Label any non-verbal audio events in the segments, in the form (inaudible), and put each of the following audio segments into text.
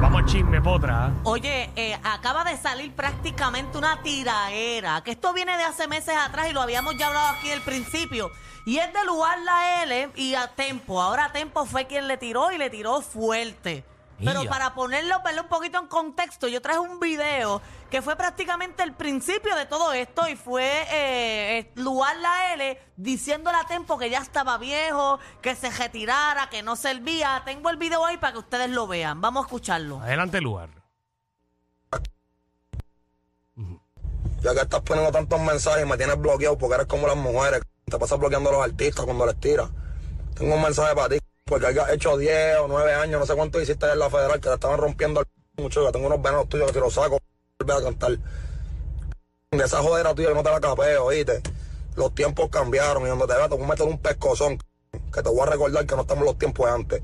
Vamos al chisme, potra. Oye, eh, acaba de salir prácticamente una tiraera, que esto viene de hace meses atrás y lo habíamos ya hablado aquí al principio. Y es de lugar la L y a Tempo. Ahora Tempo fue quien le tiró y le tiró fuerte. Pero Ya. para ponerlo verlo un poquito en contexto, yo traje un video que fue prácticamente el principio de todo esto y fue eh, eh, Luar la L diciéndole a Tempo que ya estaba viejo, que se retirara, que no servía. Tengo el video ahí para que ustedes lo vean. Vamos a escucharlo. Adelante, lugar. Ya que estás poniendo tantos mensajes, me tienes bloqueado porque eres como las mujeres. Te pasas bloqueando a los artistas cuando les tiras. Tengo un mensaje para ti, porque hayas hecho 10 o 9 años, no sé cuánto hiciste en la federal, que te estaban rompiendo el mucho. Yo tengo unos venados tuyos que si los saco, volver a cantar. De esa jodera tuya yo no te la capeo, oíste. Los tiempos cambiaron y donde te vea te voy a meter un pescozón, que te voy a recordar que no estamos en los tiempos de antes.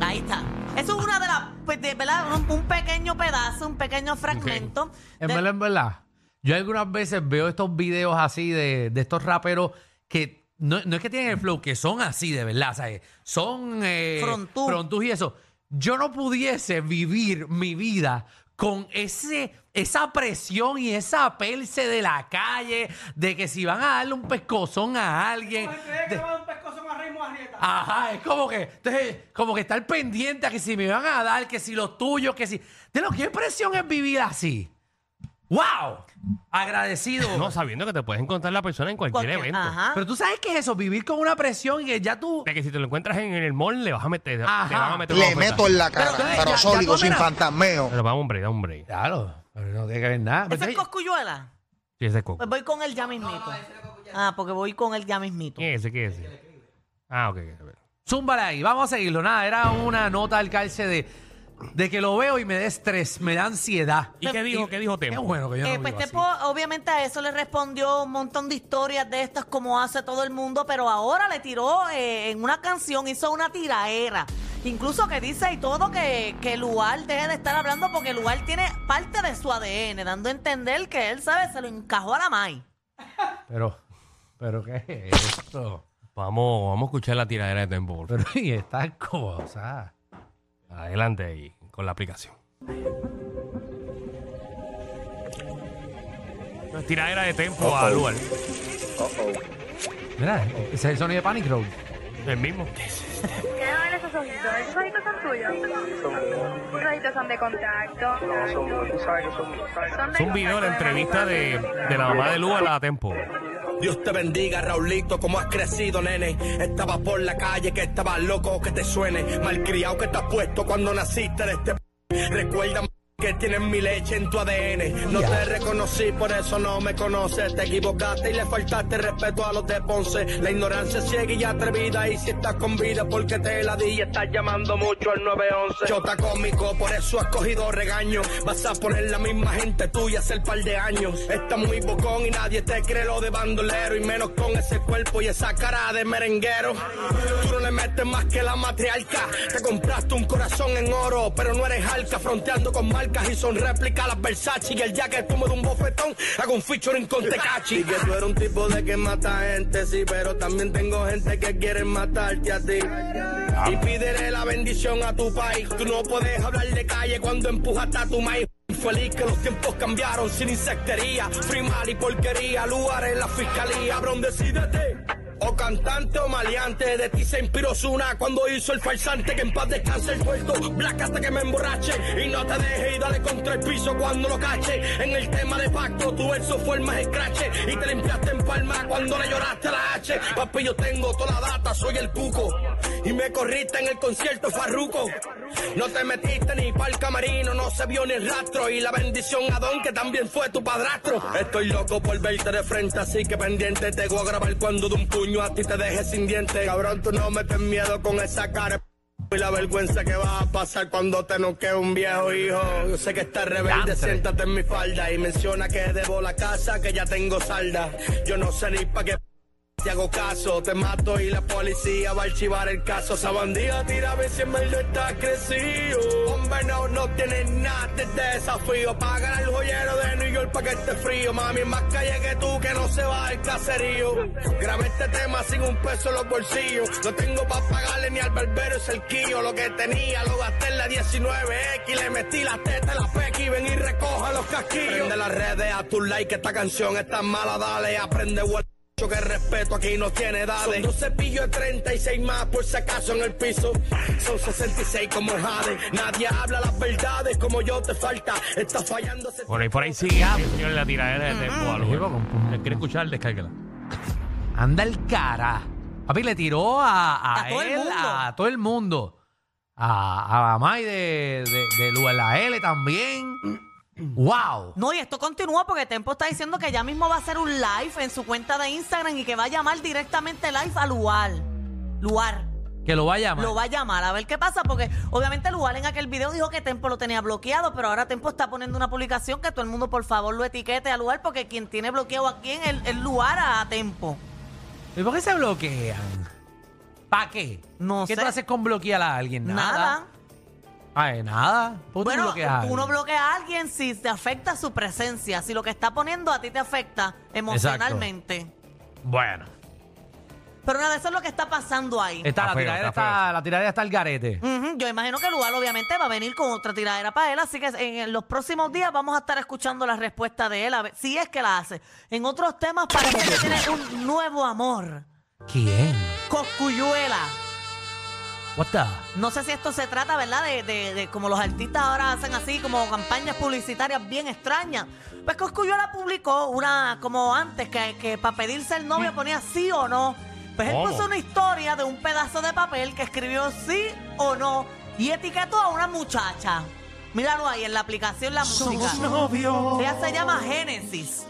Ahí está. Eso es una de las, pues, de- ¿verdad? Un, un pequeño pedazo, un pequeño fragmento. En de- verdad, en verdad. Yo algunas veces veo estos videos así de, de estos raperos que no, no es que tienen el flow, que son así de verdad, ¿sabes? Son eh, Frontú. frontús y eso. Yo no pudiese vivir mi vida con ese, esa presión y esa perse de la calle, de que si van a darle un pescozón a alguien. de- Ajá, es como que, entonces, como que estar pendiente a que si me van a dar, que si los tuyos, que si. De lo que presión es vivir así. ¡Wow! Agradecido. No sabiendo que te puedes encontrar la persona en cualquier Porque- evento. Ajá. Pero tú sabes qué es eso, vivir con una presión y que ya tú. De que si te lo encuentras en el mall, le vas a meter. Ajá. Te vas a meter una Le oferta. meto en la cara, Pero, pero, ya- ya sólido, tú, sin mira. fantasmeo. Pero vamos, hombre, da hombre. Claro, pero no tiene que ver nada. Pues, ¿Ese Pero es Coscuyuela? Sí, ese es Coco. Pues voy con el ya mismito. Ah, porque voy con el ya mismito. Eh, ¿Quién es ese? ¿Quién es ese? Ah, ok. ok. eh, Zúmbala ahí, vamos a seguirlo. Nada, era una nota al calce de, de que lo veo y me da estrés, me da ansiedad. ¿Y qué dijo? ¿Qué dijo Qué Tempo? bueno que yo no Eh, vivo pues así. Tepo, obviamente a eso le respondió un montón de historias de estas como hace todo el mundo, pero ahora le tiró eh, en una canción, hizo una tiraera. Incluso que dice y todo que, que Luar deje de estar hablando porque Luar tiene parte de su ADN, dando a entender que él, sabe Se lo encajó a la May. Pero, pero ¿qué es esto? Vamos, vamos a escuchar la tiradera de Tempo. por favor. Pero y estas cosas. Adelante ahí, con la aplicación. No, es Tiradera de Tempo a Lugar. Mira, ese es el sonido de Panic Road. El mismo. ¿Qué van esos ojitos? ¿Esos ojitos son tuyos? Esos ojitos son de contacto. Son de Es un video de la contacto, entrevista de, de la mamá de Lu a la Tempo. Dios te bendiga, Raulito, como has crecido, nene. Estabas por la calle, que estabas loco, que te suene. Malcriado que te has puesto cuando naciste de este. p- Recuerda m- que tienes mi leche en tu ADN. No te reconocí, por eso no me conoces. Te equivocaste y le faltaste respeto a los de Ponce. La ignorancia es ciega y atrevida. Y si estás con vida, porque te la di y estás llamando mucho al 911. Chota cómico, por eso has cogido regaño. Vas a poner la misma gente tuya hace el par de años. Estás muy bocón y nadie te cree lo de bandolero. Y menos con ese cuerpo y esa cara de merenguero. Tú no le metes más que la matriarca. Te compraste un corazón en oro, pero no eres alca. Fronteando con marcas y son réplicas las Versace. Y el día que tú me de un bofetón, hago un featuring con Tecachi. Y que tú eres un tipo de que mata gente, sí, pero también tengo gente que quiere matarte a ti. Y pídele la bendición a tu país. Tú no puedes hablar de calle cuando empujas a tu maíz. Feliz que los tiempos cambiaron sin insectería, primal y porquería, lugar en la fiscalía, bron, decídete. O cantante o maleante, de ti se inspiró Zuna cuando hizo el farsante que en paz descanse el puerto, black hasta que me emborrache y no te deje y dale contra el piso cuando lo cache. En el tema de pacto, tu verso fue el más escrache y te limpiaste en palma cuando le lloraste a la H. Papi, yo tengo toda la data, soy el cuco y me corriste en el concierto Farruco. No te metiste ni pa'l camarino, no se vio ni el rastro. Y la bendición a Don, que también fue tu padrastro. Estoy loco por verte de frente, así que pendiente. Te voy a grabar cuando de un puño a ti te deje sin dientes. Cabrón, tú no metes miedo con esa cara. Y la vergüenza que va a pasar cuando te noquee un viejo hijo. Yo sé que estás rebelde, Diantre. siéntate en mi falda. Y menciona que debo la casa, que ya tengo salda. Yo no sé ni pa' qué te hago caso. Te mato y la policía va a archivar el caso. Esa bandida tira a ver si en verdad está crecido. Hombre, no, no tienes nada de desafío. Paga al joyero de New York pa' que esté frío. Mami, más calle que tú que no se va al caserío. Grabé este tema sin un peso en los bolsillos. No tengo pa' pagarle ni al barbero ese cerquillo. Lo que tenía lo gasté en la 19X. Le metí las tetas, la pequi. Ven y recoja los casquillos. Prende las redes a tu like. Esta canción es tan mala, dale. Aprende, vuelve. Yo que respeto aquí no tiene edades. Son dos cepillos de 36 más por si acaso en el piso. Son 66 como el Jade. Nadie habla las verdades como yo te falta. Está fallando. ese- Bueno, y por ahí sigue ah, señor, la tiradera de Tempo Lo llevo algo. con- con- ¿Quiere escuchar? Descárgala. Anda el cara. Papi le tiró a, a A todo el él, mundo. a todo el mundo. A, a May de, de, de Lu- la (clears throat) L también. ¡Wow! No, y esto continúa porque Tempo está diciendo que ya mismo va a hacer un live en su cuenta de Instagram y que va a llamar directamente live a Luar. Luar. Que lo va a llamar. Lo va a llamar a ver qué pasa, porque obviamente Lugar en aquel video dijo que Tempo lo tenía bloqueado, pero ahora Tempo está poniendo una publicación que todo el mundo por favor lo etiquete a Lugar, porque quien tiene bloqueado aquí en el, el lugar a Tempo. ¿Y por qué se bloquean? ¿Para qué? No ¿Qué sé. tú haces con bloquear a alguien? Nada. Nada. Ay, nada. ¿Por qué Bueno, tú bloqueas a alguien? uno bloquea a alguien si te afecta su presencia, si lo que está poniendo a ti te afecta emocionalmente. Bueno, Pero nada, eso es lo que está pasando ahí. está, Está la, feo, tiradera está feo. está, la tiradera está el garete. Ujú, Yo imagino que Lugar obviamente va a venir con otra tiradera para él, así que en los próximos días vamos a estar escuchando la respuesta de él, a ver si es que la hace. En otros temas parece que tiene un nuevo amor. ¿Quién? Coscuyuela. What the? No sé si esto se trata, ¿verdad? De, de- de como los artistas ahora hacen así, como campañas publicitarias bien extrañas. Pues Coscuyuela publicó una, como antes, que, que para pedirse el novio ponía sí o no. Pues él ¿Cómo? puso una historia de un pedazo de papel que escribió sí o no y etiquetó a una muchacha. Míralo ahí en la aplicación La Música. Ella se llama Génesis.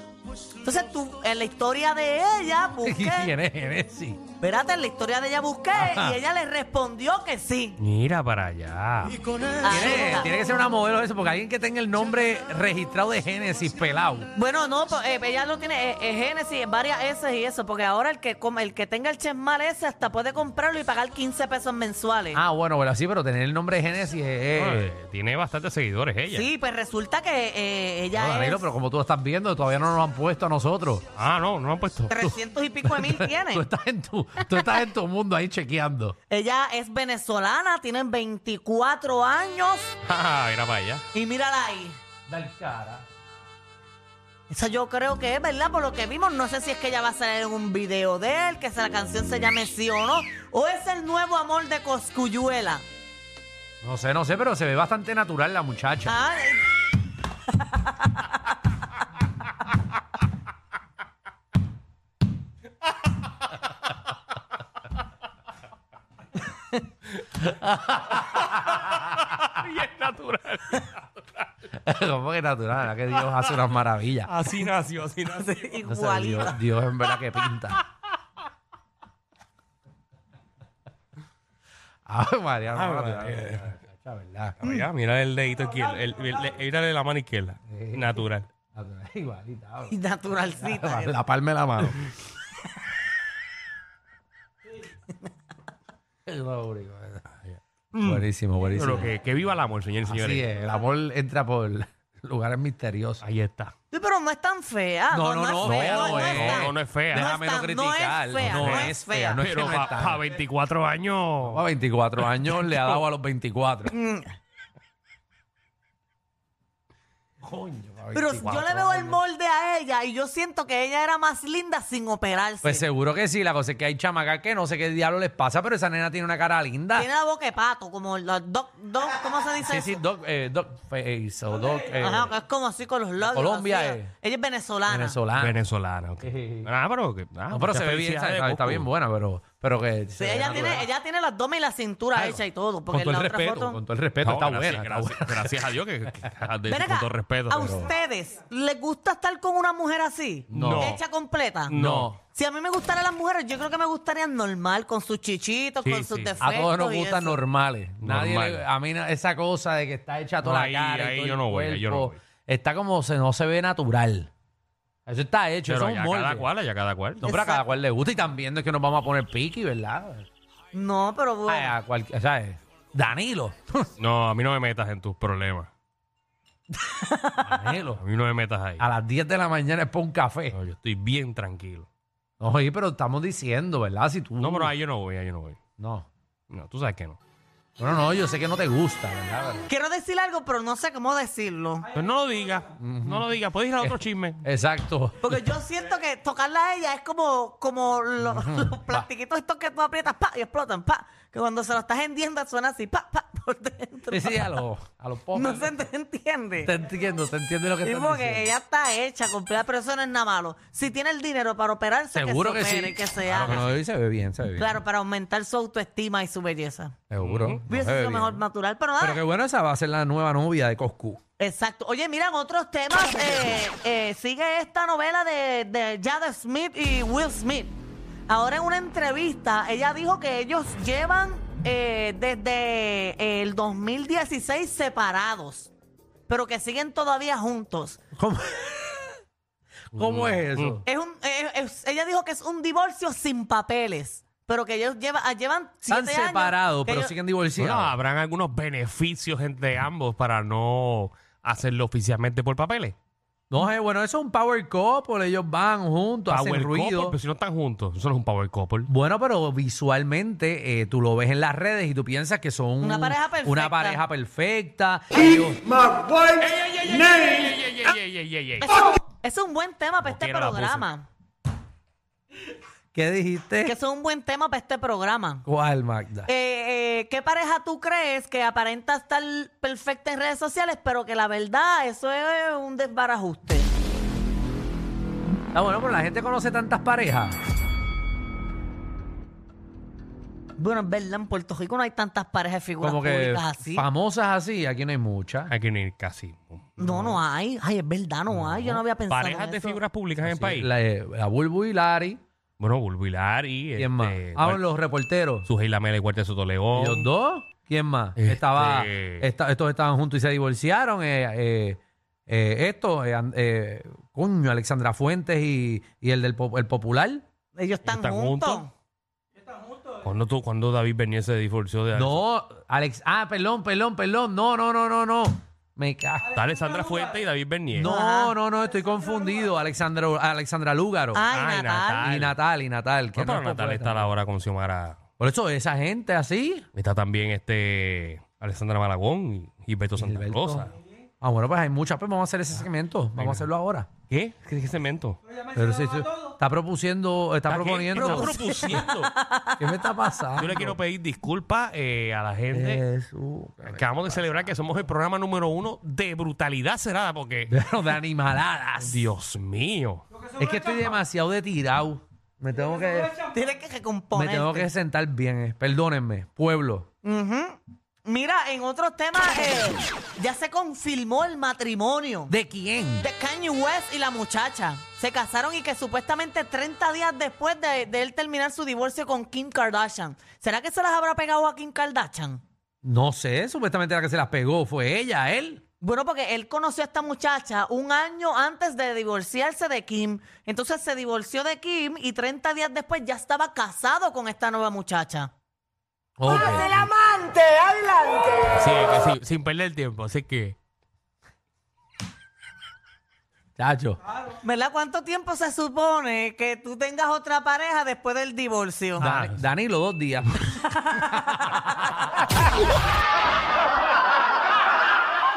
Entonces tú, en la historia de ella, (laughs) busqué. ¿Quién es Genesis? Espérate, en la historia de ella busqué Ajá. y ella le respondió que sí. Mira para allá. Ahí Tiene, está. tiene que ser una modelo eso, porque alguien que tenga el nombre registrado de Génesis pelado. Bueno, no, pues, eh, ella lo tiene, eh, eh, Génesis, varias S y eso, porque ahora el que come- el que tenga el chesmal ese hasta puede comprarlo y pagar 15 pesos mensuales. Ah, bueno, bueno, sí, pero tener el nombre de Génesis es. Eh, tiene bastantes seguidores ella. sí, pues resulta que eh, ella no, es Danilo, pero como tú lo estás viendo, todavía no nos han puesto a nosotros. Ah, no, no lo han (laughs) puesto. 300 y pico de mil Tú tiene. estás en tu, tú estás en tu mundo ahí chequeando. Ella es venezolana, tiene 24 años Ah, Mira para allá. y mírala ahí. Dal cara. Esa yo creo que es verdad, por lo que vimos. No sé si es que ella va a salir en un video de él, que esa- la canción se llame sí o no. O es el nuevo amor de Coscuyuela. No sé, no sé, pero se ve bastante natural la muchacha. Ah, eh, Ay, es natural. ¿Cómo que natural? ¿Verdad que Dios hace unas maravillas? Así nació, así (laughs) nació. No sé, Dios, igualita. Dios en verdad que pinta. Ay, María, no, Ay, natural, María. natural, muchacha, ¿verdad? Mira, mira el dedito izquierdo. El, el- el- mírale la mano izquierda. Eh. Natural. Natural, igualita. ahora. Y naturalcita. La palma de (laughs) la mano. buenísimo, buenísimo. Mm. Pero que, que viva el amor, señores y Así señores. es, el amor entra por lugares misteriosos. Ahí está. Sí, pero no es tan fea. No, no, es no, fea, no, es eh, tan- No, no es fea. No es tan- Déjamelo no es criticar, fea, no no es es fea. fea, no es Pero que no para está. 24 A años. 24 años le ha dado a los 24. Coño, a Pero 24 yo le veo el años. molde a ella y yo siento que ella era más linda sin operarse. Pues seguro que sí, la cosa es que hay chamacas que no sé qué diablo les pasa, pero esa nena tiene una cara linda. Tiene la boca de pato, como los doc, doc, ¿cómo se dice Sí, eso? sí, Doc, eh, doc Face o Doc eh, Ajá, que es como así con los labios. Colombia así. es- Ella es venezolana. venezolana. Venezolana, ok. Ah, pero, que- ah, No, pero muchas se ve bien, felicidades, eh, está, está bien Coco. buena, pero, Pero que. Sí, ella, tiene, ella tiene el abdomen y la cintura Claro. hecha y todo. Con Porque todo en la el otra respeto, foto. con todo el respeto. No, está gracias, buena. está Gracias, gracias a Dios que, que- que- Ven con acá, todo respeto. ¿A pero- ustedes les gusta estar con una mujer así? No. ¿Hecha completa? No. Si a mí me gustaran las mujeres, yo creo que me gustarían normal, con sus chichitos, Sí, con sus sí. defectos. A todos nos y gustan eso. normales. Nadie Normal. le- a mí na- esa cosa de que está hecha toda No, la ahí- cara. y ahí todo yo el no voy, ahí yo no cuerpo, voy. Está como se no se ve natural. Eso está hecho, Pero eso es ya un molde. cada cual, ya cada cual. No, pero a cada cual le gusta y también no es que nos vamos a poner piqui, ¿verdad? No, pero. bueno, Ay, a cualquier, ¿sabes? Danilo. No, a mí no me metas en tus problemas. Danilo. A mí no me metas ahí. A las 10 de la mañana es por un café. No, yo estoy bien tranquilo. Oye, pero estamos diciendo, ¿verdad? Si tú. No, pero ahí yo no voy, ahí yo no voy. No. No, tú sabes que no. Bueno, no, yo sé que no te gusta, ¿verdad? Pero- Quiero decir algo, pero no sé cómo decirlo. Pues no lo digas, no lo digas. Puedes ir a otro chisme. Exacto. Porque yo siento que tocarla a ella es como, como lo- los plastiquitos estos que tú aprietas pa, y explotan, pa. Que cuando se lo estás hendiendo suena así, pa, pa, por dentro. Sí, sí, a los a los pobres. No se ent- entiende. Te entiendo, te entiendo lo que Sí, estás porque diciendo. ella está hecha completa, pero eso no es nada malo. Si tiene el dinero para operarse, Seguro que que se opere, sí. que se Claro, haga. que no, y se ve bien, se ve bien. Claro, para aumentar su autoestima y su belleza. Seguro. no Hubiese se ve sido bien. mejor natural, pero nada. Pero que bueno, esa va a ser la nueva novia de Coscu. Exacto. Oye, miran otros (laughs) temas. eh, eh, sigue esta novela de, de Jada Smith y Will Smith. Ahora en una entrevista, ella dijo que ellos llevan eh, desde el 2016 separados, pero que siguen todavía juntos. ¿Cómo, ¿Cómo es eso? Es un, eh, es- ella dijo que es un divorcio sin papeles, pero que ellos lleva- ah, llevan siete Están años separados, que pero ellos- siguen Bueno, divorciados. habrán algunos beneficios entre ambos para no hacerlo oficialmente por papeles. No, es bueno, eso es un power couple, ellos van juntos, hacen couple, ruido. pero si no están juntos, eso no es un power couple. Bueno, pero visualmente eh, tú lo ves en las redes y tú piensas que son Una pareja perfecta. Una pareja perfecta. Ellos- Eso, eso es un buen tema para este quiera la puse. programa. ¿Qué Que dijiste? eso es un buen tema para este programa. ¿Cuál, Magda? Eh, eh, ¿Qué pareja tú crees que aparenta estar perfecta en redes sociales, pero que la verdad eso es un desbarajuste? Ah, bueno, pero la gente conoce tantas parejas. Bueno, es verdad, en Puerto Rico no hay tantas parejas de figuras Como que públicas así. famosas así, aquí no hay muchas. Hay que ir casi. No, no hay. Ay, es verdad, no, hay. Yo no había pensado Parejas en de eso. figuras públicas en el Sí, país. La, la Bulbu y Lari. Bueno, este, Bulbilar y. ¿Quién más? Ah, bueno, los reporteros. Su Lamela y Huerta de Sotolegón. ¿Los dos? ¿Quién más? Este- Estaba, esta- estos estaban juntos y se divorciaron. Eh, eh, eh, esto, eh, an- eh, coño, Alexandra Fuentes y, y el del po- el popular. Ellos están, ¿Están juntos. juntos? ¿Cuándo, tú, cuándo David Bernier se divorció de No, Alex. Ah, perdón, perdón, perdón. No, no, no, no, no. Me cago. Está Alessandra Fuente y David Bernier. No, no, no, estoy confundido. Alexandra, Alexandra Lúgaro. Ay, Ay, Natal. Natal. Y Natal, y Natal. que Bueno, pero no es Natal popular está tampoco. ahora con Xiomara. Por eso, esa gente así. Está también este Alessandra Malagón y Gilberto Santa Gilberto. Rosa. Ah, bueno, pues hay muchas, pues vamos a hacer ese segmento. Vamos a hacerlo ahora. ¿Qué? ¿Qué, qué cemento? Pero sí, sí, está propusiendo, está ¿Está qué? proponiendo. Está propusiendo. (laughs) ¿Qué me está pasando? Yo le quiero pedir disculpas eh, a la gente. Jesús. Acabamos de celebrar que somos el programa número uno de brutalidad cerrada porque... Pero de animaladas. Dios mío. Es que estoy demasiado de tirado. Me tengo que, Tienes que me recomponer. tengo que sentar bien. eh. Perdónenme, pueblo. Mira, en otros temas, eh, ya se confirmó el matrimonio ¿De quién? de Kanye West y la muchacha. Se casaron y que supuestamente 30 días después de, de él terminar su divorcio con Kim Kardashian. ¿Será que se las habrá pegado a Kim Kardashian? No sé, supuestamente la que se las pegó fue ella, él. Bueno, porque él conoció a esta muchacha un año antes de divorciarse de Kim. Entonces se divorció de Kim y 30 días después ya estaba casado con esta nueva muchacha. Ok. Así que sin, sin perder tiempo, así que... Chacho. ¿Verdad? ¿Cuánto tiempo se supone que tú tengas otra pareja después del divorcio? Dan- Danilo, dos días.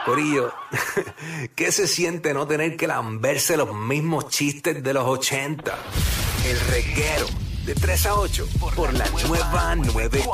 Corillo, (laughs) ¿qué se siente no tener que lamberse los mismos chistes de los 80? El reguero de 3 a 8 por la nueva 9.